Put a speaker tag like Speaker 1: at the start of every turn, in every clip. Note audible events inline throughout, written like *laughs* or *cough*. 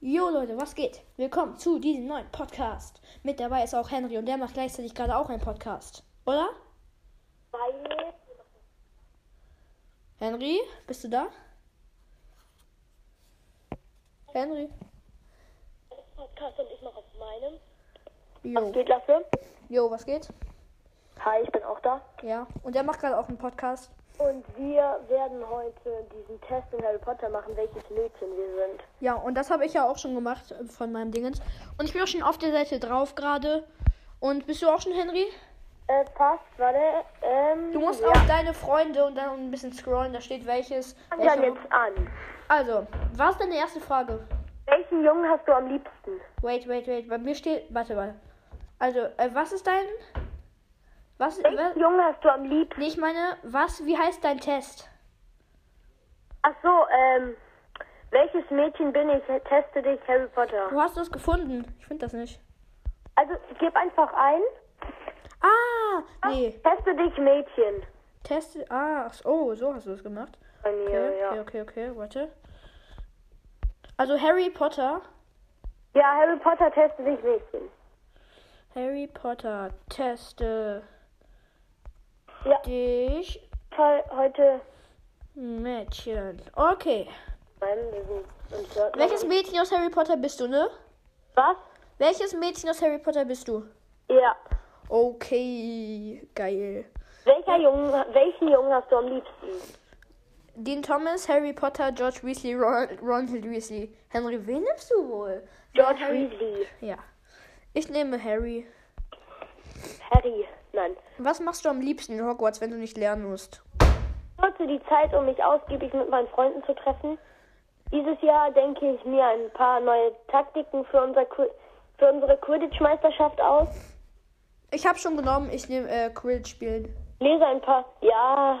Speaker 1: Jo Leute, was geht? Willkommen zu diesem neuen Podcast. Mit dabei ist auch Henry und der macht gleichzeitig gerade auch einen Podcast. Oder?
Speaker 2: Weil
Speaker 1: Henry, bist du da? Henry?
Speaker 2: Podcast und ich mache auf meinem.
Speaker 1: Jo.
Speaker 2: Ähm, geht, Lasse?
Speaker 1: Jo, was geht?
Speaker 2: Hi, ich bin auch da.
Speaker 1: Ja. Und der macht gerade auch einen Podcast.
Speaker 2: Und wir werden heute diesen Test in Harry Potter machen, welches Mädchen wir sind.
Speaker 1: Ja, und das habe ich ja auch schon gemacht äh, von meinem Dingens. Und ich bin auch schon auf der Seite drauf gerade. Und bist du auch schon, Henry?
Speaker 2: Äh, passt, warte. Ähm,
Speaker 1: Du musst
Speaker 2: ja.
Speaker 1: auf deine Freunde und dann ein bisschen scrollen, da steht welches.
Speaker 2: Fang
Speaker 1: welche-
Speaker 2: dann jetzt an.
Speaker 1: Also, was ist deine erste Frage?
Speaker 2: Welchen Jungen hast du am liebsten?
Speaker 1: Wait, wait, wait. Bei mir steht. Warte mal. Also, äh, was ist dein. Was.
Speaker 2: Welchen
Speaker 1: was
Speaker 2: Jungen hast du am liebsten?
Speaker 1: nee, ich meine, was. Wie heißt dein Test?
Speaker 2: Ach so, ähm, welches Mädchen bin ich? Teste dich, Harry Potter.
Speaker 1: Wo hast du das gefunden? Ich finde das nicht.
Speaker 2: Also, gib einfach ein.
Speaker 1: Ah! Nee.
Speaker 2: Teste dich, Mädchen.
Speaker 1: Test. Ah, ach, so- oh, so hast du das gemacht.
Speaker 2: Bei mir,
Speaker 1: Okay,
Speaker 2: ja.
Speaker 1: okay, okay, okay. Warte. Also, Harry Potter.
Speaker 2: Ja, Harry Potter, teste dich, Mädchen.
Speaker 1: Harry Potter, teste
Speaker 2: Ja.
Speaker 1: dich,
Speaker 2: Toll, heute
Speaker 1: Mädchen. Okay.
Speaker 2: Nein, wir sind im Flirten.
Speaker 1: Welches Mädchen aus Harry Potter bist du, ne?
Speaker 2: Was?
Speaker 1: Welches Mädchen aus Harry Potter bist du?
Speaker 2: Ja.
Speaker 1: Okay, geil.
Speaker 2: Welcher Junge, welchen Jungen hast du am liebsten?
Speaker 1: Dean Thomas, Harry Potter, George Weasley, Ron, Ronald Weasley. Henry, wen nimmst du wohl?
Speaker 2: George
Speaker 1: Harry-
Speaker 2: Weasley.
Speaker 1: Ja. Ich nehme Harry.
Speaker 2: Harry. Nein.
Speaker 1: Was machst du am liebsten in Hogwarts, wenn du nicht lernen musst?
Speaker 2: Nutze die Zeit, um mich ausgiebig mit meinen Freunden zu treffen. Dieses Jahr denke ich mir ein paar neue Taktiken für, unser, Qu- für unsere Quidditch-Meisterschaft aus.
Speaker 1: Ich habe schon genommen, ich nehme äh, Quidditch spielen.
Speaker 2: Lese ein paar. Ja,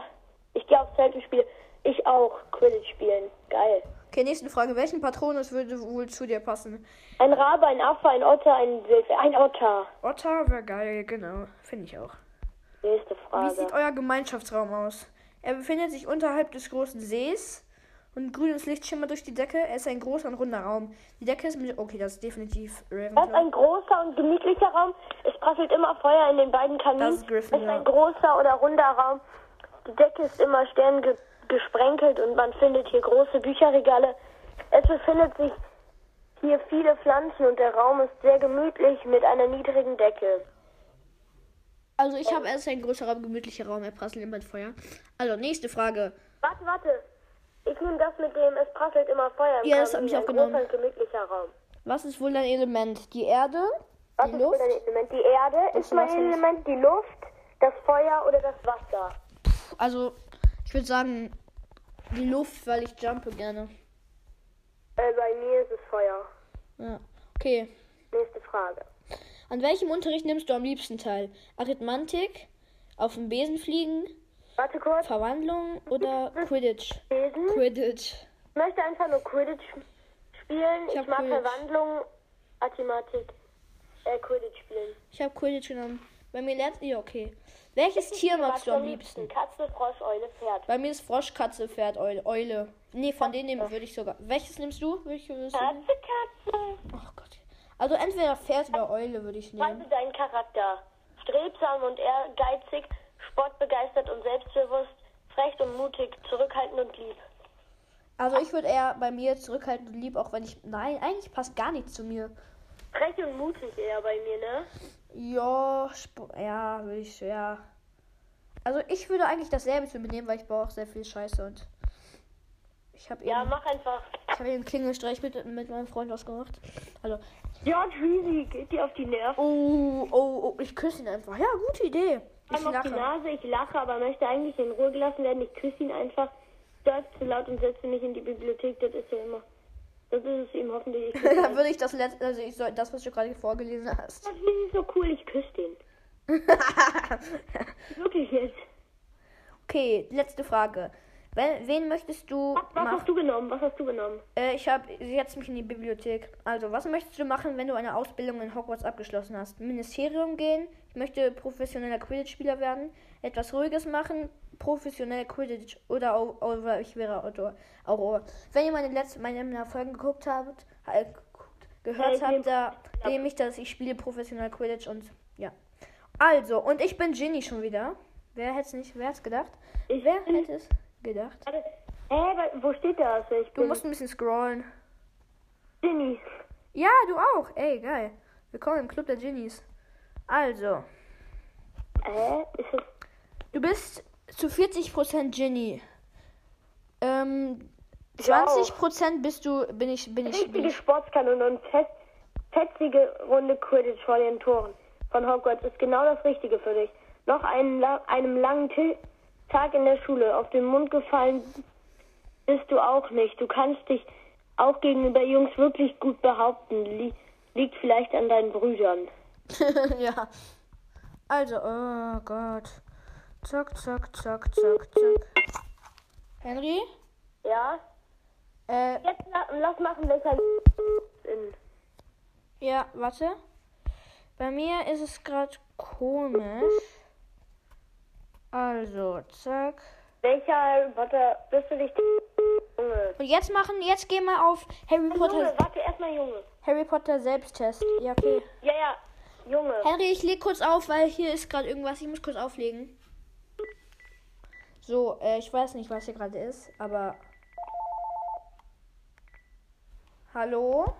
Speaker 2: ich gehe aufs Feld und spiele. Ich auch. Quidditch spielen. Geil.
Speaker 1: Okay, nächste Frage. Welchen Patronus würde wohl zu dir passen?
Speaker 2: Ein Rabe, ein Affe, ein Otter, ein Silf. Ein Otter.
Speaker 1: Otter wäre geil, genau. Finde ich auch.
Speaker 2: Nächste
Speaker 1: Wie
Speaker 2: Frage.
Speaker 1: sieht euer Gemeinschaftsraum aus? Er befindet sich unterhalb des großen Sees und grünes Licht schimmert durch die Decke. Er ist ein großer und runder Raum. Die Decke ist mit... Okay, das ist definitiv
Speaker 2: Das ist
Speaker 1: Ravenclaw.
Speaker 2: ein großer und gemütlicher Raum. Es prasselt immer Feuer in den beiden Kaminen.
Speaker 1: Das ist Gryffindor.
Speaker 2: Es ist ein großer oder runder Raum. Die Decke ist immer sterngesprenkelt und man findet hier große Bücherregale. Es befindet sich hier viele Pflanzen und der Raum ist sehr gemütlich mit einer niedrigen Decke.
Speaker 1: Also ich habe erst ein größer Raum, gemütlicher Raum. Er prasselt immer mit Feuer. Also, nächste Frage.
Speaker 2: Warte, warte. Ich nehme das mit dem, es prasselt immer Feuer. im
Speaker 1: Ja, das hab
Speaker 2: Kamin.
Speaker 1: ich auch
Speaker 2: ein
Speaker 1: genommen.
Speaker 2: Großer und gemütlicher Raum.
Speaker 1: Was ist wohl dein Element? Die Erde?
Speaker 2: Was
Speaker 1: Die
Speaker 2: ist für
Speaker 1: Luft?
Speaker 2: dein Element? Die Erde ist
Speaker 1: du
Speaker 2: mein
Speaker 1: was nicht?
Speaker 2: Element, die Luft, das Feuer oder das Wasser.
Speaker 1: Also, ich würde sagen, die Luft, weil ich jumpe gerne.
Speaker 2: Äh, bei mir ist es Feuer.
Speaker 1: Ja. Okay.
Speaker 2: Nächste Frage.
Speaker 1: An welchem Unterricht nimmst du am liebsten teil? Arithmantik, auf dem Besen fliegen,
Speaker 2: Warte kurz.
Speaker 1: Verwandlung oder Quidditch?
Speaker 2: Lesen.
Speaker 1: Quidditch.
Speaker 2: Ich möchte einfach nur Quidditch spielen. Ich,
Speaker 1: hab
Speaker 2: mag
Speaker 1: Quidditch.
Speaker 2: Verwandlung, Arithmetik, äh, Quidditch spielen.
Speaker 1: Ich habe Quidditch genommen. Bei mir lernt ihr, okay. Welches Tier magst du am liebsten?
Speaker 2: Katze, Frosch, Eule, Pferd.
Speaker 1: Bei mir ist Frosch, Katze, Pferd, Eule. Eule. Nee, von denen nehmen würde ich sogar. Welches nimmst du? Welches würdest du nehmen?
Speaker 2: Katze, Katze.
Speaker 1: Ach Gott. Also entweder Pferd oder Eule würde ich
Speaker 2: Was
Speaker 1: nehmen.
Speaker 2: ist dein Charakter? Strebsam und ehrgeizig, sportbegeistert und selbstbewusst, frech und mutig, zurückhaltend und lieb.
Speaker 1: Also ich würde eher bei mir zurückhaltend und lieb, auch wenn ich. Nein, eigentlich passt gar nichts zu mir.
Speaker 2: Frech und mutig eher bei mir, ne?
Speaker 1: Ja, Sp- ja, würde ich, ja. Also ich würde eigentlich dasselbe zu mir nehmen, weil ich brauche auch sehr viel Scheiße und ich habe eben,
Speaker 2: Ja, mach einfach.
Speaker 1: ich hab eben Klingelstreich mit, mit meinem Freund ausgemacht. Also,
Speaker 2: George Weasley geht dir auf die Nerven.
Speaker 1: oh, oh, oh, ich küsse ihn einfach. Ja, gute Idee. Ich
Speaker 2: Ich auf
Speaker 1: *laughs* lache.
Speaker 2: die Nase, ich lache, aber möchte eigentlich in Ruhe gelassen werden. Ich küsse ihn einfach, seufze laut und setze mich in die Bibliothek. Das ist ja immer. Das ist es ihm hoffentlich. Ich küsse
Speaker 1: *laughs*
Speaker 2: ihn
Speaker 1: Dann würde ich das letzte, also ich soll, das, was du gerade vorgelesen hast.
Speaker 2: einfach. Das ist so cool, ich küsse
Speaker 1: *laughs*
Speaker 2: den. Wirklich jetzt.
Speaker 1: okay, letzte Frage. Wen, wen möchtest du
Speaker 2: Was, was
Speaker 1: machen?
Speaker 2: hast du genommen? Was hast du genommen?
Speaker 1: Äh, ich habe jetzt mich in die Bibliothek. Also, was möchtest du machen, wenn du eine Ausbildung in Hogwarts abgeschlossen hast? Ministerium gehen? Ich möchte professioneller Quidditch-Spieler werden. Etwas Ruhiges machen? Professionell Quidditch oder, au- oder ich wäre Autor. Aurora. Wenn ihr meine letzten meine Folgen geguckt habt, äh, gehört
Speaker 2: ich nehm-
Speaker 1: habt, da nehme ich das. Ich spiele professionell Quidditch und ja. Also, und ich bin Ginny schon wieder. Wer hätte es nicht, wer hätte gedacht?
Speaker 2: Ich
Speaker 1: wer
Speaker 2: bin-
Speaker 1: hätte es gedacht?
Speaker 2: Hä, wa- wo steht das? Ich
Speaker 1: Du musst ein bisschen scrollen.
Speaker 2: Ginny.
Speaker 1: Ja, du auch. Ey, geil. Willkommen im Club der Genies. Also,
Speaker 2: Hä? Ist das
Speaker 1: du bist zu 40% Ginny. Ähm,
Speaker 2: Ich
Speaker 1: 20% bist du, bin ich, bin ich, bin
Speaker 2: richtige
Speaker 1: ich. *laughs*
Speaker 2: Sportskanone und fest, fetzige Runde Quidditch vor den Toren von Hogwarts ist genau das Richtige für dich. Noch einen, la- einem langen Til Tag in der Schule auf den Mund gefallen bist du auch nicht. Du kannst dich auch gegenüber Jungs wirklich gut behaupten. Li liegt vielleicht an deinen Brüdern.
Speaker 1: ja. Also, oh Gott. Zack, zack, zack, zack, zack. Henry?
Speaker 2: Ja?
Speaker 1: Äh,
Speaker 2: Jetzt la lass machen, welcher in.
Speaker 1: ja, warte. Bei mir ist es gerade komisch. Also, zack.
Speaker 2: Welcher, warte, bist du dich. Junge.
Speaker 1: Und jetzt machen, jetzt gehen wir auf Harry
Speaker 2: Junge,
Speaker 1: Potter,
Speaker 2: warte, erstmal Junge.
Speaker 1: Harry Potter Selbsttest. Ja, okay.
Speaker 2: Ja, ja, Junge.
Speaker 1: Henry, ich leg kurz auf, weil hier ist gerade irgendwas. Ich muss kurz auflegen. So, äh, ich weiß nicht, was hier gerade ist, aber. Hallo?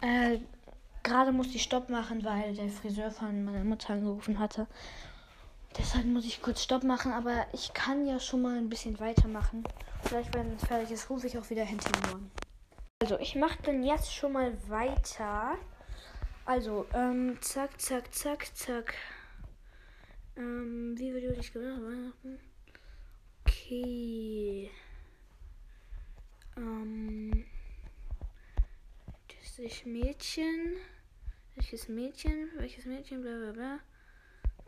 Speaker 1: Äh, gerade musste ich Stopp machen, weil der Friseur von meiner Mutter angerufen hatte. Deshalb muss ich kurz Stopp machen, aber ich kann ja schon mal ein bisschen weitermachen. Vielleicht, wenn es fertig ist, rufe ich auch wieder hinterher an. Also, ich mache dann jetzt schon mal weiter. Also, ähm, zack, zack, zack, zack. Ähm, wie würde ich gewinnen? Weihnachten? Okay. Ähm. Das ist Mädchen. Welches Mädchen? Welches Mädchen? Bla bla bla.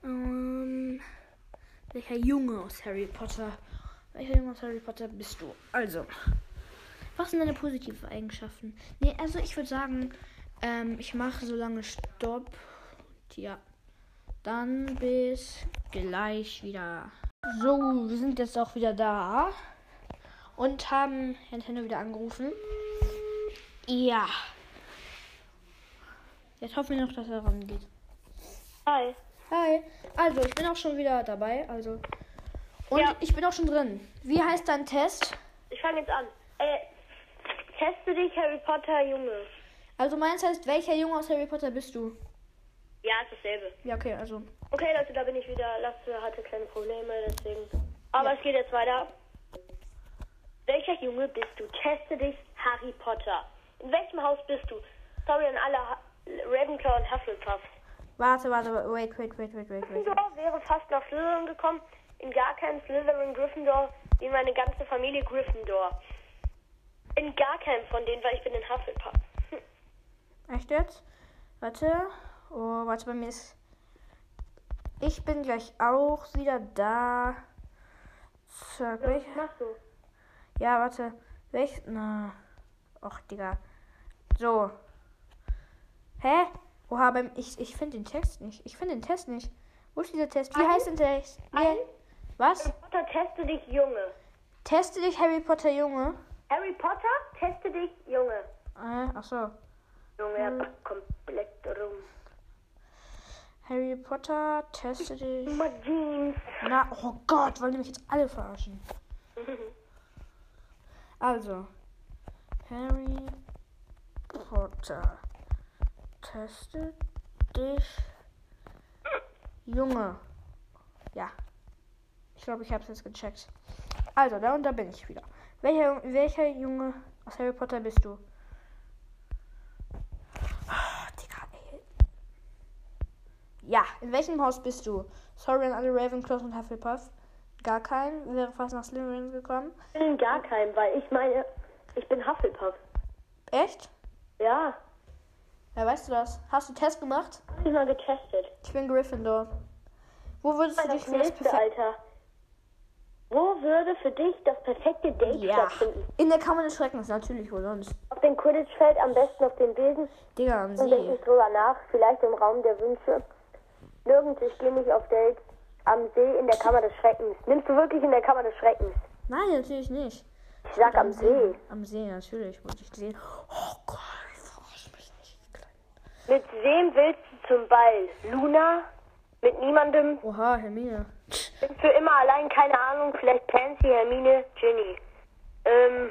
Speaker 1: Ähm. Welcher Junge aus Harry Potter? Welcher Junge aus Harry Potter bist du? Also. Was sind deine positiven Eigenschaften? Nee, also ich würde sagen, ähm, ich mache so lange Stopp. Ja. Dann bis gleich wieder. So, wir sind jetzt auch wieder da. Und haben Herrn Tenno wieder angerufen. Ja. Jetzt hoffen wir noch, dass er rangeht.
Speaker 2: Hi.
Speaker 1: Hi. Also, ich bin auch schon wieder dabei. Also. Und
Speaker 2: Ja.
Speaker 1: ich bin auch schon drin. Wie heißt dein Test?
Speaker 2: Ich fange jetzt an. Äh, teste dich, Harry Potter, Junge.
Speaker 1: Also, meins heißt, welcher Junge aus Harry Potter bist du?
Speaker 2: Ja, ist dasselbe.
Speaker 1: Ja, okay, also.
Speaker 2: Okay, Leute, da bin ich wieder. Lasse hatte kleine Probleme, deswegen. Aber es geht jetzt weiter. Welcher Junge bist du? Teste dich, Harry Potter. In welchem Haus bist du? Sorry an alle ha Ravenclaw und Hufflepuff.
Speaker 1: Warte, warte, wait, wait, wait, wait, wait, wait.
Speaker 2: Gryffindor wäre fast nach Slytherin gekommen. In gar keinem Slytherin Gryffindor, wie meine ganze Familie Gryffindor. In gar keinem von denen, weil ich bin in Hufflepuff. Hm.
Speaker 1: Echt jetzt? Warte. Oh, warte, bei mir ist. Ich bin gleich auch wieder da. Zack, welch,
Speaker 2: machst du?
Speaker 1: ja, warte. Welch. Na. Och, Digga. So. Hä? Oha, beim, ich, ich finde den Text nicht. Ich finde den Test nicht. Wo ist dieser Test? Wie
Speaker 2: Ein-
Speaker 1: heißt der Test? Wie,
Speaker 2: ein-
Speaker 1: he- was?
Speaker 2: Potter, teste dich, Junge.
Speaker 1: Teste dich, Harry Potter Junge.
Speaker 2: Harry Potter, teste dich, Junge.
Speaker 1: Äh, ach so.
Speaker 2: Junge, er packt komplett rum.
Speaker 1: Harry Potter, teste dich.
Speaker 2: Immer Jeans.
Speaker 1: Na, oh Gott, wollen die mich jetzt alle verarschen? Also, Harry Potter teste dich. Junge. Ja. Ich glaube, ich habe es jetzt gecheckt. Also, da und da bin ich wieder. Welcher, welcher Junge aus Harry Potter bist du? Ah, Digga, ey. Ja, in welchem Haus bist du? Sorry an alle Ravenclaws und Hufflepuff. Gar kein. Wäre fast nach Slytherin gekommen.
Speaker 2: Ich bin in gar keinem, weil ich meine, ich bin Hufflepuff.
Speaker 1: Echt?
Speaker 2: Ja,
Speaker 1: Ja, weißt du das? Hast du einen Test gemacht?
Speaker 2: hab ich mal getestet.
Speaker 1: Ich bin Gryffindor. Wo würdest du dich
Speaker 2: Das
Speaker 1: für das
Speaker 2: nächste,
Speaker 1: perfekte...
Speaker 2: Alter. Wo würde für dich das perfekte Date
Speaker 1: Ja.
Speaker 2: stattfinden?
Speaker 1: In der Kammer des Schreckens, natürlich, wo sonst?
Speaker 2: Auf dem Quidditch-Feld, am besten auf dem Besen.
Speaker 1: Digga, am
Speaker 2: Und denke
Speaker 1: See.
Speaker 2: ich drüber nach, vielleicht im Raum der Wünsche. Nirgends, ich gehe nicht auf Dates. Am See, in der Kammer des Schreckens. Nimmst du wirklich in der Kammer des Schreckens?
Speaker 1: Nein, natürlich nicht.
Speaker 2: Ich sag am See.
Speaker 1: Am See, natürlich, muss ich sehen. Oh Gott.
Speaker 2: Mit wem willst du zum Ball? Luna? Mit niemandem?
Speaker 1: Oha, Hermine.
Speaker 2: Bin für immer allein, keine Ahnung. Vielleicht Pansy, Hermine, Ginny. Ähm,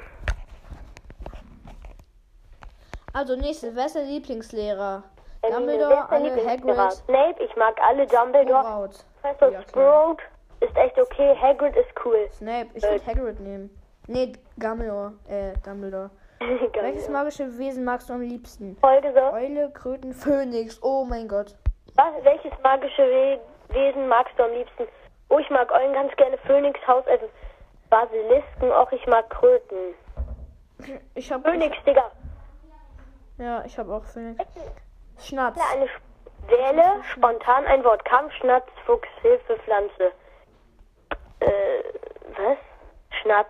Speaker 1: Also nächstes, wer ist der Lieblingslehrer?
Speaker 2: Hermine,
Speaker 1: Dumbledore,
Speaker 2: wer ist dein
Speaker 1: Anne
Speaker 2: Lieblingslehrer?
Speaker 1: Hagrid,
Speaker 2: Snape, ich mag alle. Dumbledore,
Speaker 1: Horaut.
Speaker 2: Professor
Speaker 1: Ja, klar.
Speaker 2: Sprout ist echt okay. Hagrid ist cool. *laughs*
Speaker 1: Snape, ich würde Hagrid nehmen. Nee, Dumbledore. Äh, Dumbledore. Welches magische Wesen magst du am liebsten?
Speaker 2: genau. Folge so.
Speaker 1: Eule, Kröten, Phönix. Oh mein Gott.
Speaker 2: Was, welches magische We Wesen magst du am liebsten? Oh, ich mag Eulen ganz gerne. Phönix, Hauselfen, Basilisken. Och, ich mag Kröten.
Speaker 1: Ich hab.
Speaker 2: Phönix, Digga.
Speaker 1: Ja, ich hab auch Phönix. Schnatz.
Speaker 2: Wähle eine Sch Wähle spontan ein Wort. Kampf, Schnatz, Fuchs, Hilfe, Pflanze. Äh, was? Schnatz.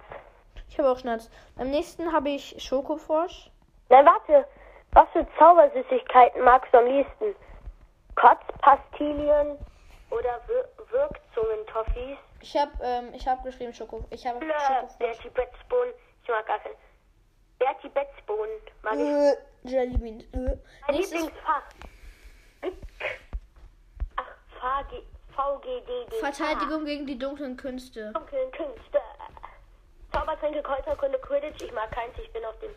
Speaker 1: Ich hab auch Schnatz. Am nächsten habe ich Schokoforsch.
Speaker 2: Nein, warte. Was für Zaubersüßigkeiten magst du am liebsten? Kotzpastillen oder Wir Wirkzungentoffees?
Speaker 1: Ich hab, ähm, ich hab geschrieben Schoko. Ich habe
Speaker 2: Nö,
Speaker 1: Schokoforsch.
Speaker 2: Bertie Betzbohnen. Ich mag gar keinen. Bertie Betzbohnen mag ich.
Speaker 1: Äh, Jellybean. Äh.
Speaker 2: Mein
Speaker 1: Nächstes
Speaker 2: Lieblingsfach. Ach, VG, VGDD.
Speaker 1: Verteidigung gegen die dunklen Künste.
Speaker 2: dunklen Künste. Zaubertränke, Kräuterkunde, Quidditch. Ich mag keins. Ich bin auf dem.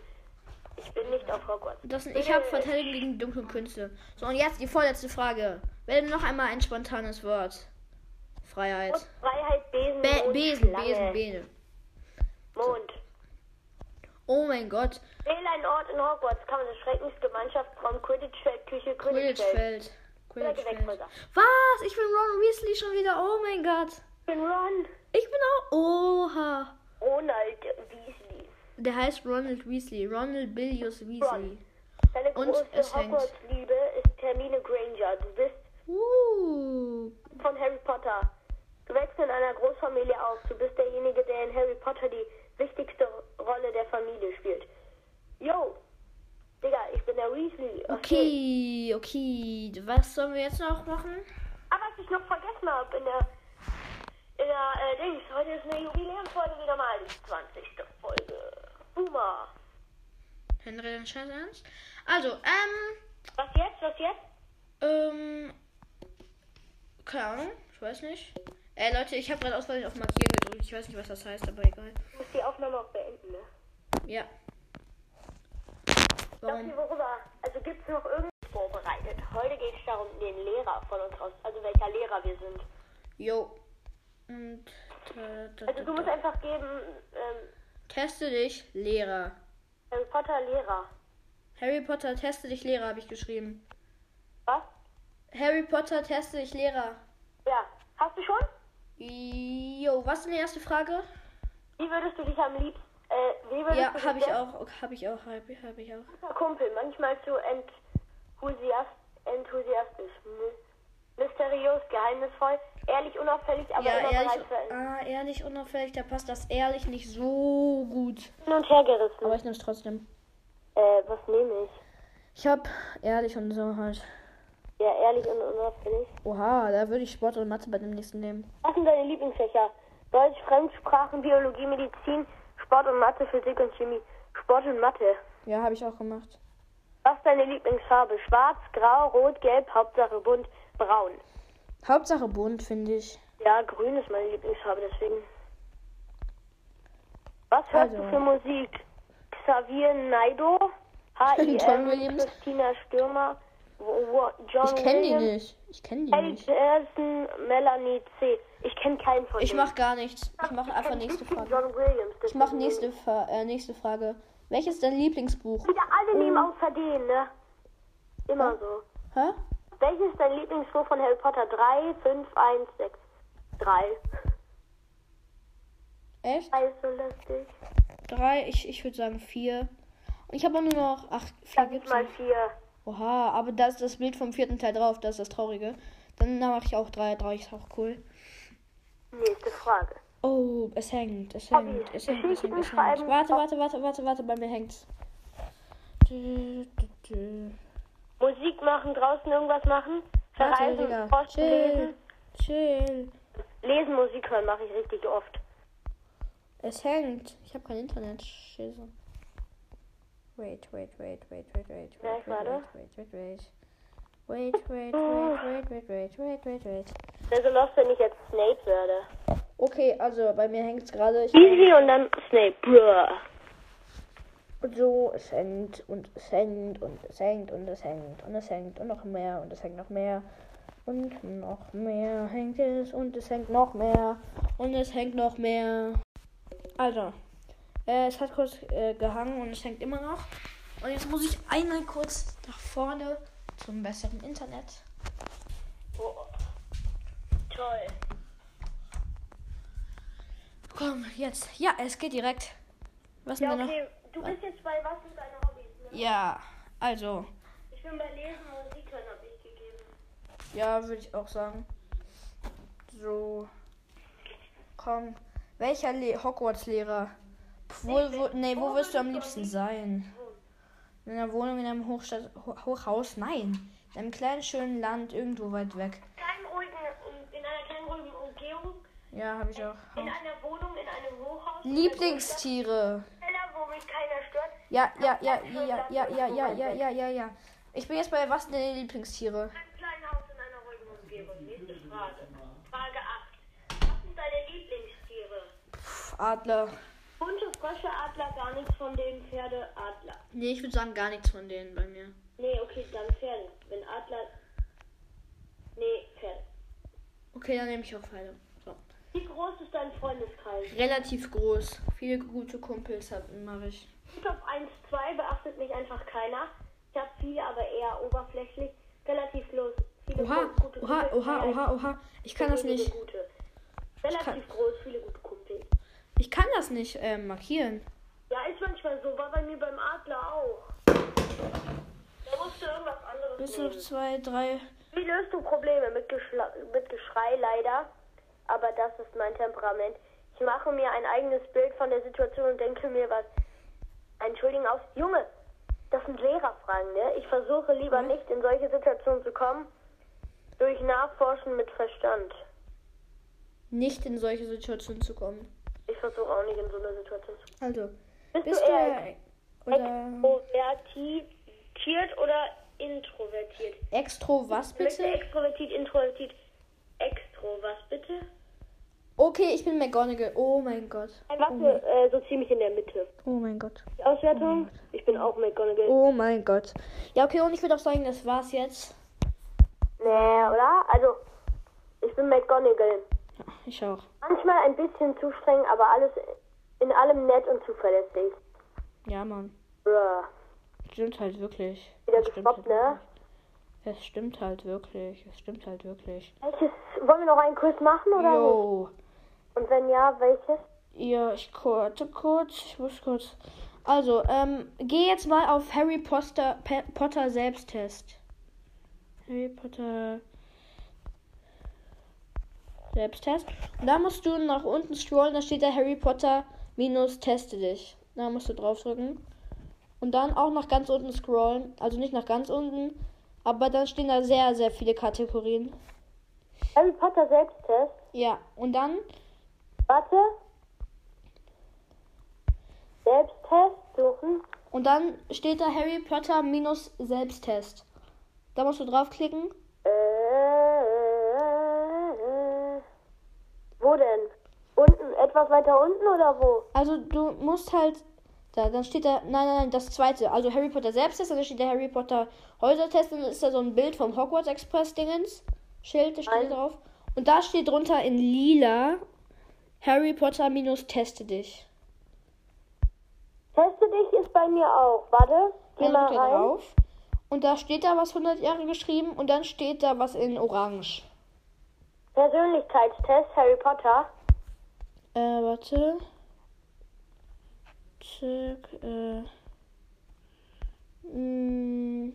Speaker 2: Ich bin nicht auf Hogwarts.
Speaker 1: Das, ich
Speaker 2: Äh.
Speaker 1: habe Verteidigung gegen die dunklen Künste. So, und jetzt die vorletzte Frage. Wähle noch einmal ein spontanes Wort. Freiheit.
Speaker 2: Freiheit, Besen,
Speaker 1: Be
Speaker 2: Mond,
Speaker 1: Besen,
Speaker 2: Schlange,
Speaker 1: Besen, Bene.
Speaker 2: Mond.
Speaker 1: Oh mein Gott.
Speaker 2: Wähle einen Ort in Hogwarts. Kann man Schreckensgemeinschaftsraum, Quidditchfeld, Küche, Quidditchfeld.
Speaker 1: Quidditchfeld. Quidditchfeld.
Speaker 2: Quidditchfeld.
Speaker 1: Was? Ich bin Ron Weasley schon wieder. Oh mein Gott.
Speaker 2: Ich bin Ron.
Speaker 1: Ich bin auch. Oha.
Speaker 2: Ronald Weasley.
Speaker 1: Der heißt Ronald Weasley. Ronald Billius Weasley.
Speaker 2: Deine
Speaker 1: Und
Speaker 2: große
Speaker 1: es hängt.
Speaker 2: Hogwarts-Liebe ist Hermine Granger. Du bist
Speaker 1: Uh.
Speaker 2: von Harry Potter. Du wächst in einer Großfamilie auf. Du bist derjenige, der in Harry Potter die wichtigste Rolle der Familie spielt. Yo, Digga, ich bin der Weasley.
Speaker 1: Okay, okay. Was sollen wir jetzt noch machen?
Speaker 2: Aber was ich noch vergessen habe in der, in der äh, Dings, heute ist eine Jubiläumsfolge wieder mal, die 20. Folge. Boomer.
Speaker 1: Henry, dein Scheiß ernst? Also, ähm.
Speaker 2: Was jetzt, was jetzt?
Speaker 1: Ähm. Keine Ahnung, ich weiß nicht. Äh, Leute, ich habe gerade ausweichend auf Markieren gedrückt. Ich weiß nicht, was das heißt, aber egal.
Speaker 2: Ich muss die Aufnahme auch beenden, ne?
Speaker 1: Ja. Warum?
Speaker 2: Daphne, worüber? Also gibt es noch irgendwas vorbereitet? Heute geht es darum, den Lehrer von uns aus, also welcher Lehrer wir sind.
Speaker 1: Jo. Und. Da, da,
Speaker 2: Also du
Speaker 1: da,
Speaker 2: musst
Speaker 1: da.
Speaker 2: einfach geben, ähm,
Speaker 1: Teste dich, Lehrer.
Speaker 2: Harry Potter Lehrer.
Speaker 1: Harry Potter, teste dich, Lehrer, habe ich geschrieben.
Speaker 2: Was?
Speaker 1: Harry Potter, teste dich, Lehrer.
Speaker 2: Ja. Hast du schon?
Speaker 1: Jo, was ist die erste Frage?
Speaker 2: Wie würdest du dich am liebsten, äh, wie würdest
Speaker 1: Ja,
Speaker 2: du dich
Speaker 1: habe ich
Speaker 2: selbst-
Speaker 1: auch. Okay, Habe ich auch. Habe ich, hab ich auch.
Speaker 2: Guter Kumpel, manchmal zu enthusiast, enthusiastisch, my- mysteriös, geheimnisvoll, ehrlich, unauffällig, aber
Speaker 1: Ja,
Speaker 2: immer
Speaker 1: ehrlich.
Speaker 2: bereit für ein
Speaker 1: Ah, ehrlich, unauffällig. Da passt das ehrlich nicht so gut.
Speaker 2: Hin- und Hergerissen.
Speaker 1: Aber ich nehme es trotzdem.
Speaker 2: äh, was nehme ich?
Speaker 1: Ich hab ehrlich und so halt.
Speaker 2: Ja, ehrlich und unauffällig.
Speaker 1: Oha, da würde ich Sport und Mathe bei dem nächsten nehmen.
Speaker 2: Was sind deine Lieblingsfächer? Deutsch, Fremdsprachen, Biologie, Medizin, Sport und Mathe, Physik und Chemie. Sport und Mathe.
Speaker 1: Ja, habe ich auch gemacht.
Speaker 2: Was ist deine Lieblingsfarbe? Schwarz, Grau, Rot, Gelb, Hauptsache bunt, Braun.
Speaker 1: Hauptsache bunt, finde ich.
Speaker 2: Ja, grün ist meine Lieblingsfarbe, deswegen. Was hörst du
Speaker 1: Also.
Speaker 2: für Musik? Xavier Naido,
Speaker 1: *laughs* John
Speaker 2: H.I.M.,
Speaker 1: Williams.
Speaker 2: Christina Stürmer, Wo- Wo- John
Speaker 1: Ich kenne die
Speaker 2: Williams,
Speaker 1: nicht. Ich kenne die
Speaker 2: Ellie
Speaker 1: nicht.
Speaker 2: Jackson, Melanie C. Ich kenne keinen von
Speaker 1: Ich
Speaker 2: denen.
Speaker 1: mach gar nichts. Ich mache einfach
Speaker 2: kenn
Speaker 1: nächste
Speaker 2: wirklich
Speaker 1: Frage.
Speaker 2: John Williams.
Speaker 1: Ich mache nächste, Fa äh, nächste Frage. Welches dein Lieblingsbuch?
Speaker 2: Wieder alle nehmen außer den, ne? Immer so.
Speaker 1: Oh. Hä?
Speaker 2: Welches ist dein Lieblingsbuch von Harry Potter? 3, 5, 1, 6, 3.
Speaker 1: Echt?
Speaker 2: Alles so lustig.
Speaker 1: Drei? Ich, ich würde sagen vier. Und ich habe nur noch acht. Vier
Speaker 2: Dann
Speaker 1: gibt's
Speaker 2: gibt's mal
Speaker 1: noch.
Speaker 2: 4.
Speaker 1: Oha, aber da ist das Bild vom vierten Teil drauf. Das ist das Traurige. Dann mache ich auch drei. Drei ist auch cool.
Speaker 2: Nächste Frage.
Speaker 1: Oh, es hängt, es hängt, es hängt, es hängt, es hängt. Warte, wängt. warte, warte, warte, warte, bei mir hängt's. Dü, dü, dü.
Speaker 2: Musik machen, draußen irgendwas machen,
Speaker 1: Warte,
Speaker 2: verreisen,
Speaker 1: Digga.
Speaker 2: Posten
Speaker 1: Chill,
Speaker 2: lesen.
Speaker 1: chill.
Speaker 2: Lesen, Musik hören mache ich richtig oft.
Speaker 1: Es hängt. Ich habe kein Internet. Scheiße. Wait, wait, wait, wait, wait, wait, wait,
Speaker 2: Ja,
Speaker 1: wait,
Speaker 2: ich warte.
Speaker 1: wait, wait, wait, wait. Wait, wait, wait, wait, wait, wait, wait, wait, wait.
Speaker 2: Wäre so lost, Also wenn ich jetzt Snape werde.
Speaker 1: Okay, also bei mir hängt's gerade. Ich
Speaker 2: *laughs* Easy und dann Snape. Bruh.
Speaker 1: Und so, es hängt und es hängt und es hängt und es hängt und es hängt und noch mehr und es hängt noch mehr und noch mehr hängt es und es hängt noch mehr und es hängt noch mehr. Also, äh, es hat kurz äh, gehangen und es hängt immer noch. Und jetzt muss ich einmal kurz nach vorne zum besseren Internet.
Speaker 2: Oh. Toll.
Speaker 1: Komm, jetzt. Ja, es geht direkt. Was
Speaker 2: Ja,
Speaker 1: denn noch?
Speaker 2: okay. Du bist jetzt bei Was sind deine Hobbys? Ne?
Speaker 1: Ja, also.
Speaker 2: Ich bin bei Lesen und Musik hören, hab ich gegeben.
Speaker 1: Ja, würde ich auch sagen. So. Komm. Welcher Le Hogwarts-Lehrer? Pf, Wo, wo, nee, wo wirst du am liebsten sein? In einer Wohnung, in einem Hochstadt, Ho- Hochhaus? Nein. In einem kleinen, schönen Land, irgendwo weit weg.
Speaker 2: Kein ruhigen, um- in einer keinen ruhigen Umgebung,
Speaker 1: Ja, habe ich auch.
Speaker 2: in einer Wohnung, in einem Hochhaus.
Speaker 1: Lieblingstiere.
Speaker 2: In einem Keller, wo mich keiner stört.
Speaker 1: Ja, ja, ja, ja, ja, ja, ja, ja, ja, ja, ja. Ich bin jetzt bei was sind deine Lieblingstiere?
Speaker 2: Ein kleines Haus in einer ruhigen Umgebung. Nächste Frage. Frage 8. Was sind deine Lieblingstiere?
Speaker 1: Pff, Adler.
Speaker 2: Bunte, Frösche, Adler, gar nichts von denen, Pferde, Adler.
Speaker 1: Nee, ich würde sagen gar nichts von denen bei mir.
Speaker 2: Nee, okay, dann Pferde. Wenn Adler. Nee, Pferde.
Speaker 1: Okay, dann nehme ich auch Pfeile. So.
Speaker 2: Wie groß ist dein Freundeskreis?
Speaker 1: relativ groß. Viele gute Kumpels hat Marich.
Speaker 2: Top 1, 2 beachtet mich einfach keiner. Ich habe viele, aber eher oberflächlich. Relativ los. Viele
Speaker 1: Oha,
Speaker 2: gute
Speaker 1: oha,
Speaker 2: Kumpels,
Speaker 1: oha,
Speaker 2: relativ
Speaker 1: oha, oha. Ich kann das
Speaker 2: wenige
Speaker 1: nicht.
Speaker 2: Gute. Relativ
Speaker 1: kann-
Speaker 2: groß, viele gute Kumpels.
Speaker 1: Ich kann das nicht ähm, markieren.
Speaker 2: Ja, ist manchmal so. War bei mir beim Adler auch. Da musste irgendwas anderes
Speaker 1: Bis
Speaker 2: nehmen.
Speaker 1: auf zwei, drei.
Speaker 2: Wie löst du Probleme? Mit, Geschla mit Geschrei leider. Aber das ist mein Temperament. Ich mache mir ein eigenes Bild von der Situation und denke mir was. Entschuldigen aus. Junge, das sind Lehrerfragen, ne? Ich versuche lieber
Speaker 1: Mhm.
Speaker 2: nicht in solche Situationen zu kommen. Durch Nachforschen mit Verstand.
Speaker 1: Nicht in solche Situationen zu kommen.
Speaker 2: Ich versuche auch nicht in so eine Situation zu kommen.
Speaker 1: Also,
Speaker 2: Bist,
Speaker 1: bist
Speaker 2: du
Speaker 1: du
Speaker 2: eher
Speaker 1: äh,
Speaker 2: Ähm.
Speaker 1: oder
Speaker 2: extrovertiert oder introvertiert?
Speaker 1: extro was
Speaker 2: Möchte
Speaker 1: bitte?
Speaker 2: extrovertiert, introvertiert, extro, was bitte?
Speaker 1: Okay, ich bin McGonagall. Oh mein Gott.
Speaker 2: Warte, äh, so ziemlich in der Mitte.
Speaker 1: Oh mein Gott.
Speaker 2: Die Auswertung? Ich bin auch McGonagall.
Speaker 1: Oh mein Gott. Ja, okay, und ich würde auch sagen, das war's jetzt.
Speaker 2: Nee, oder? Also, ich bin McGonagall.
Speaker 1: Ich auch.
Speaker 2: Manchmal ein bisschen zu streng, aber alles in allem nett und zuverlässig.
Speaker 1: Ja, Mann.
Speaker 2: Bruh.
Speaker 1: Stimmt halt wirklich.
Speaker 2: Wieder
Speaker 1: stimmt
Speaker 2: gestoppt, ne?
Speaker 1: Es stimmt halt wirklich. Es stimmt halt wirklich.
Speaker 2: Welches, wollen wir noch einen Quiz machen oder nicht?
Speaker 1: Yo.
Speaker 2: Und wenn ja, welches?
Speaker 1: Ja, ich warte kurz. Ich muss kurz. Also, ähm, geh jetzt mal auf Harry Potter, Pe- Potter Selbsttest. Harry Potter Selbsttest. Und da musst du nach unten scrollen. Da steht da Harry Potter minus teste dich. Da musst du draufdrücken. Und dann auch nach ganz unten scrollen. Also nicht nach ganz unten. Aber dann stehen da sehr, sehr viele Kategorien.
Speaker 2: Harry Potter Selbsttest.
Speaker 1: Ja, und dann
Speaker 2: Warte. Selbsttest suchen.
Speaker 1: Und dann steht da Harry Potter minus Selbsttest. Da musst du draufklicken.
Speaker 2: Äh, wo denn? Unten, etwas weiter unten oder wo?
Speaker 1: Also du musst halt. Da, dann steht da. Nein, nein, nein, das zweite. Also Harry Potter Selbsttest, dann steht der Harry Potter Häusertest, dann ist da so ein Bild vom Hogwarts Express Dingens. Schild, das steht
Speaker 2: Nein.
Speaker 1: drauf. Und da steht drunter in lila Harry Potter minus teste dich.
Speaker 2: Teste dich ist bei mir auch. Warte, geh
Speaker 1: Dann
Speaker 2: mal
Speaker 1: drückt er
Speaker 2: rein.
Speaker 1: drauf. Und da steht da was 100 Jahre geschrieben und dann steht da was in orange.
Speaker 2: Persönlichkeitstest Harry Potter.
Speaker 1: Äh, warte. Check, äh. Mm.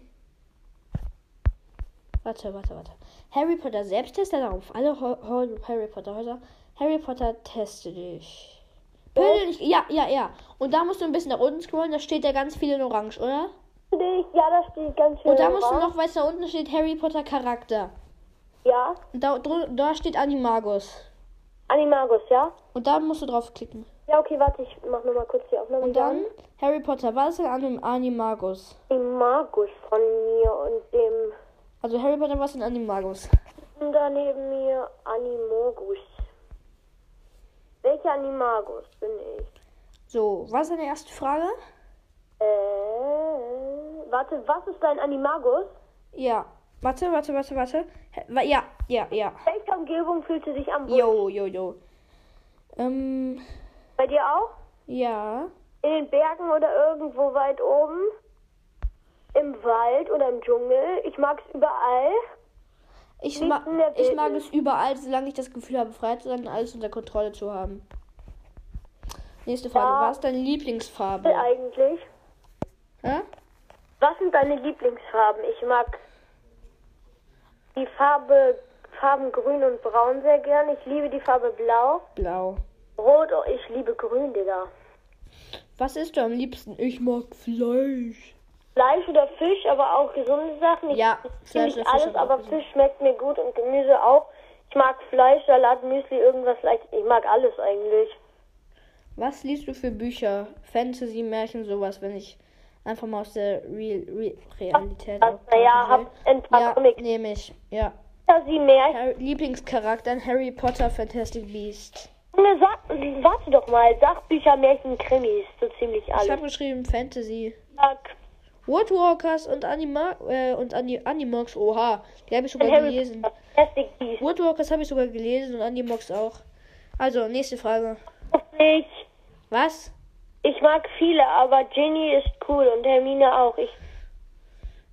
Speaker 1: Warte, warte, warte. Harry Potter Selbsttest, dann auf alle Ho Ho Harry Potter Häuser. Harry Potter teste dich. Persönlich, ja, ja, ja. Und da musst du ein bisschen nach unten scrollen, da steht ja ganz viel in Orange, oder?
Speaker 2: Teste dich, ja, das steht ganz schön.
Speaker 1: Und da musst du
Speaker 2: drauf.
Speaker 1: noch weiter unten steht Harry Potter Charakter.
Speaker 2: Ja,
Speaker 1: Und da, dr- da steht Animagus.
Speaker 2: Animagus, ja?
Speaker 1: Und da musst du draufklicken.
Speaker 2: Ja, okay, warte, ich mach nochmal kurz die Aufnahme.
Speaker 1: Und
Speaker 2: wieder
Speaker 1: dann Harry Potter. Was ist denn Anim Animagus?
Speaker 2: an. Animagus von mir und dem.
Speaker 1: Also Harry Potter was und Animagus.
Speaker 2: Und da neben mir Animogus. Welcher Animagus bin ich?
Speaker 1: So, was ist deine erste Frage?
Speaker 2: Äh, warte, was ist dein Animagus?
Speaker 1: Ja. Warte, warte, warte, warte. Hä, wa- Ja, ja, ja.
Speaker 2: Welcher Umgebung fühlst du dich am wohlsten?
Speaker 1: Jo, jo, jo. Ähm,
Speaker 2: Bei dir auch?
Speaker 1: ja.
Speaker 2: In den Bergen oder irgendwo weit oben? Im Wald oder im Dschungel? Ich mag's überall.
Speaker 1: Ich,
Speaker 2: Nicht
Speaker 1: ma
Speaker 2: in der
Speaker 1: ich mag
Speaker 2: Wildnis.
Speaker 1: es überall, solange ich das Gefühl habe, frei zu sein und alles unter Kontrolle zu haben. Nächste Frage.
Speaker 2: Ja.
Speaker 1: Was ist deine Lieblingsfarbe?
Speaker 2: Eigentlich.
Speaker 1: Hä?
Speaker 2: Was sind deine Lieblingsfarben? Ich mag die Farbe Farben grün und braun sehr gern. Ich liebe die Farbe blau.
Speaker 1: Blau.
Speaker 2: Rot, oh, ich liebe grün, Digga.
Speaker 1: Was isst du am liebsten? Ich mag Fleisch.
Speaker 2: Fleisch oder Fisch, aber auch gesunde Sachen. Ich
Speaker 1: Ja, Fleisch
Speaker 2: Fleisch
Speaker 1: oder
Speaker 2: nicht
Speaker 1: Fisch,
Speaker 2: alles,
Speaker 1: aber auch
Speaker 2: aber
Speaker 1: gesund.
Speaker 2: Fisch schmeckt mir gut und Gemüse auch. Ich mag Fleisch, Salat, Müsli, irgendwas leicht. Ich mag alles eigentlich.
Speaker 1: Was liest du für Bücher? Fantasy, Märchen, sowas, wenn ich einfach mal aus der Real, Real Realität
Speaker 2: Also, naja, hab
Speaker 1: aufgreifen
Speaker 2: ein
Speaker 1: will.
Speaker 2: paar
Speaker 1: Ja,
Speaker 2: Comics.
Speaker 1: nehme ich. Ja.
Speaker 2: Fantasie mehr.
Speaker 1: Harry, Lieblingscharakter in Harry Potter Fantastic Beast.
Speaker 2: Junge, sag, *clears throat* warte doch mal. Sachbücher, Märchen, Krimis. So ziemlich
Speaker 1: Ich
Speaker 2: alles.
Speaker 1: habe geschrieben Fantasy.
Speaker 2: Ich mag
Speaker 1: Woodwalkers und, Anima äh, und Ani Animox. Oha, die habe ich sogar
Speaker 2: Harry
Speaker 1: gelesen.
Speaker 2: Potter, Fantastic Beasts.
Speaker 1: Woodwalkers habe ich sogar gelesen und Animox auch. Also, nächste Frage.
Speaker 2: Ich-
Speaker 1: Was?
Speaker 2: Ich mag viele, aber Ginny ist cool und Hermine auch. Ich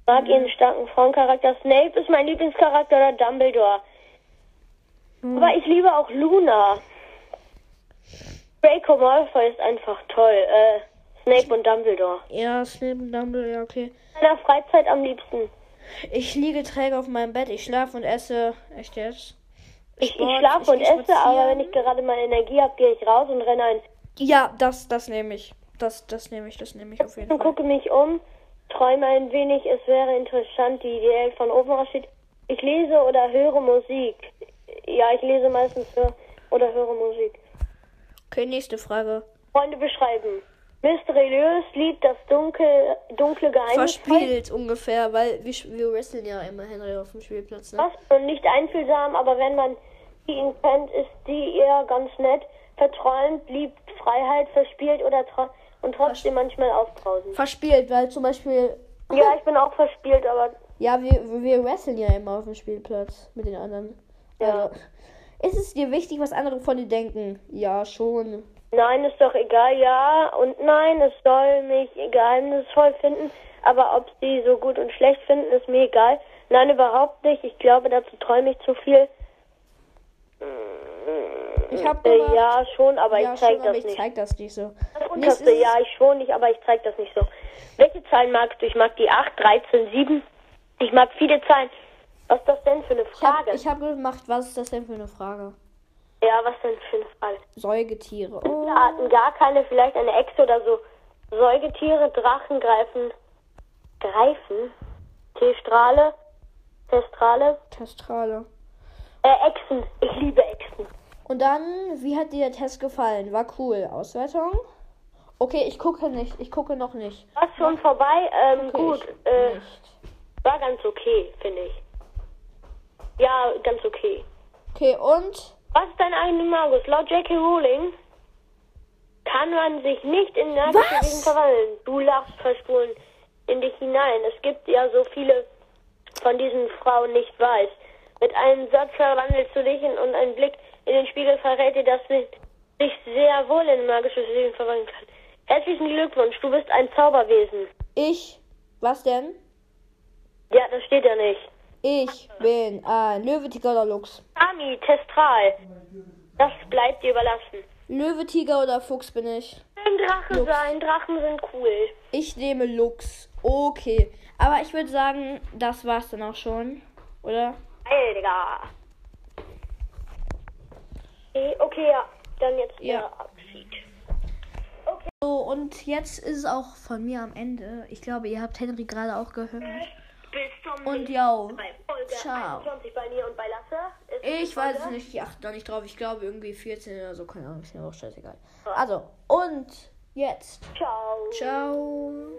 Speaker 2: mag ihren starken Frauencharakter. Snape ist mein Lieblingscharakter oder Dumbledore. Aber ich liebe auch Luna. Draco Malfoy ist einfach toll. Äh, Snape und Dumbledore.
Speaker 1: Ja, Snape und Dumbledore, ja, okay.
Speaker 2: In meiner Freizeit am liebsten.
Speaker 1: Ich liege träge auf meinem Bett, ich schlafe und esse. Echt jetzt?
Speaker 2: Ich,
Speaker 1: Sport,
Speaker 2: ich schlafe und
Speaker 1: geh
Speaker 2: esse, aber
Speaker 1: spazieren.
Speaker 2: wenn ich gerade mal Energie habe, gehe ich raus und renne ein.
Speaker 1: Ja, das, das nehme ich. Das, das nehme ich, das nehme ich auf jeden
Speaker 2: und
Speaker 1: Fall.
Speaker 2: gucke mich um, träume ein wenig, es wäre interessant, die Idee von oben aussieht. Ich lese oder höre Musik. Ja, ich lese meistens hö- oder höre Musik.
Speaker 1: Okay, nächste Frage.
Speaker 2: Freunde beschreiben. Mysteriös Lied, das dunkel, dunkle Geheimnis.
Speaker 1: Verspielt ungefähr, weil wir, sch- wir wresteln ja immerhin auf dem Spielplatz, ne?
Speaker 2: Was und nicht einfühlsam, aber wenn man die ihn kennt, ist die eher ganz nett. Verträumt, liebt Freiheit, verspielt oder tra und trotzdem manchmal aufbrausend.
Speaker 1: Verspielt, weil zum Beispiel.
Speaker 2: Ja, ich bin auch verspielt, aber
Speaker 1: Ja, wir, wir wresteln ja immer auf dem Spielplatz mit den anderen.
Speaker 2: Ja.
Speaker 1: Also, ist es dir wichtig, was andere von dir denken? Ja, schon.
Speaker 2: Nein, ist doch egal, ja und nein, es soll mich geheimnisvoll finden, aber ob sie so gut und schlecht finden, ist mir egal. Nein, überhaupt nicht. Ich glaube, dazu träume ich zu viel.
Speaker 1: Ich hab
Speaker 2: Äh,
Speaker 1: gemacht.
Speaker 2: ja, schon, aber
Speaker 1: ja,
Speaker 2: ich zeige
Speaker 1: schon, aber
Speaker 2: das
Speaker 1: ich
Speaker 2: nicht.
Speaker 1: zeig das nicht so.
Speaker 2: Das
Speaker 1: Nächstes
Speaker 2: unterste,
Speaker 1: ist-
Speaker 2: ja, ich schon nicht, aber ich zeige das nicht so. Welche Zahlen magst du? Ich mag die 8, 13, 7. Ich mag viele Zahlen. Was ist das denn für eine
Speaker 1: Ich hab,
Speaker 2: Frage?
Speaker 1: ich hab gemacht, was ist das denn für eine Frage?
Speaker 2: ja, was denn für eine Frage?
Speaker 1: Säugetiere. Oh.
Speaker 2: Viele Arten gar keine, vielleicht eine Echse oder so. Säugetiere, Drachen greifen. Greifen? T-Strahle? Testrale?
Speaker 1: Oh, Testrale.
Speaker 2: Äh, Echsen. Ich liebe Echsen.
Speaker 1: Und dann, wie hat dir der Test gefallen? War cool. Auswertung? Okay, ich gucke nicht. Ich gucke noch nicht.
Speaker 2: War schon vorbei? Ähm,
Speaker 1: Okay,
Speaker 2: gut.
Speaker 1: ich-
Speaker 2: Äh,
Speaker 1: nicht.
Speaker 2: war ganz okay, finde ich. Ja, ganz okay.
Speaker 1: Okay, und?
Speaker 2: Was ist dein Animagus? Laut J.K. Rowling kann man sich nicht in
Speaker 1: Was?
Speaker 2: nördliche Wesen verwandeln. Du lachst verschwunden in dich hinein. Es gibt ja so viele von diesen Frauen nicht weiß. Mit einem Satz verwandelst du dich in, und ein Blick in den Spiegel verrät dir, dass du dich sehr wohl in magisches Wesen verwandeln kann. Herzlichen Glückwunsch, du bist ein Zauberwesen.
Speaker 1: Ich? Was denn?
Speaker 2: Ja, das steht ja nicht.
Speaker 1: Ich bin ein Löwe, Tiger oder Luchs.
Speaker 2: Ami, Testral. Das bleibt dir überlassen.
Speaker 1: Löwe, Tiger oder Fuchs bin ich.
Speaker 2: Ein Drache
Speaker 1: Lux.
Speaker 2: sein, Drachen sind cool.
Speaker 1: Ich nehme Luchs. Okay. Aber ich würde sagen, das war's dann auch schon. Oder?
Speaker 2: Geil, Digga. Okay, okay, ja. Dann jetzt
Speaker 1: Ja.
Speaker 2: der Abschied.
Speaker 1: So, und jetzt ist es auch von mir am Ende. Ich glaube, ihr habt Henry gerade auch gehört.
Speaker 2: Bis zum
Speaker 1: Und ja,
Speaker 2: bei Folge
Speaker 1: ciao.
Speaker 2: 21 bei mir und bei Lasse. Ist die
Speaker 1: ich weiß es
Speaker 2: Folge.
Speaker 1: nicht, ich achte da nicht drauf. Ich glaube irgendwie 14 oder so, keine Ahnung, ist mir auch scheißegal. Also, und jetzt.
Speaker 2: Ciao.
Speaker 1: Ciao.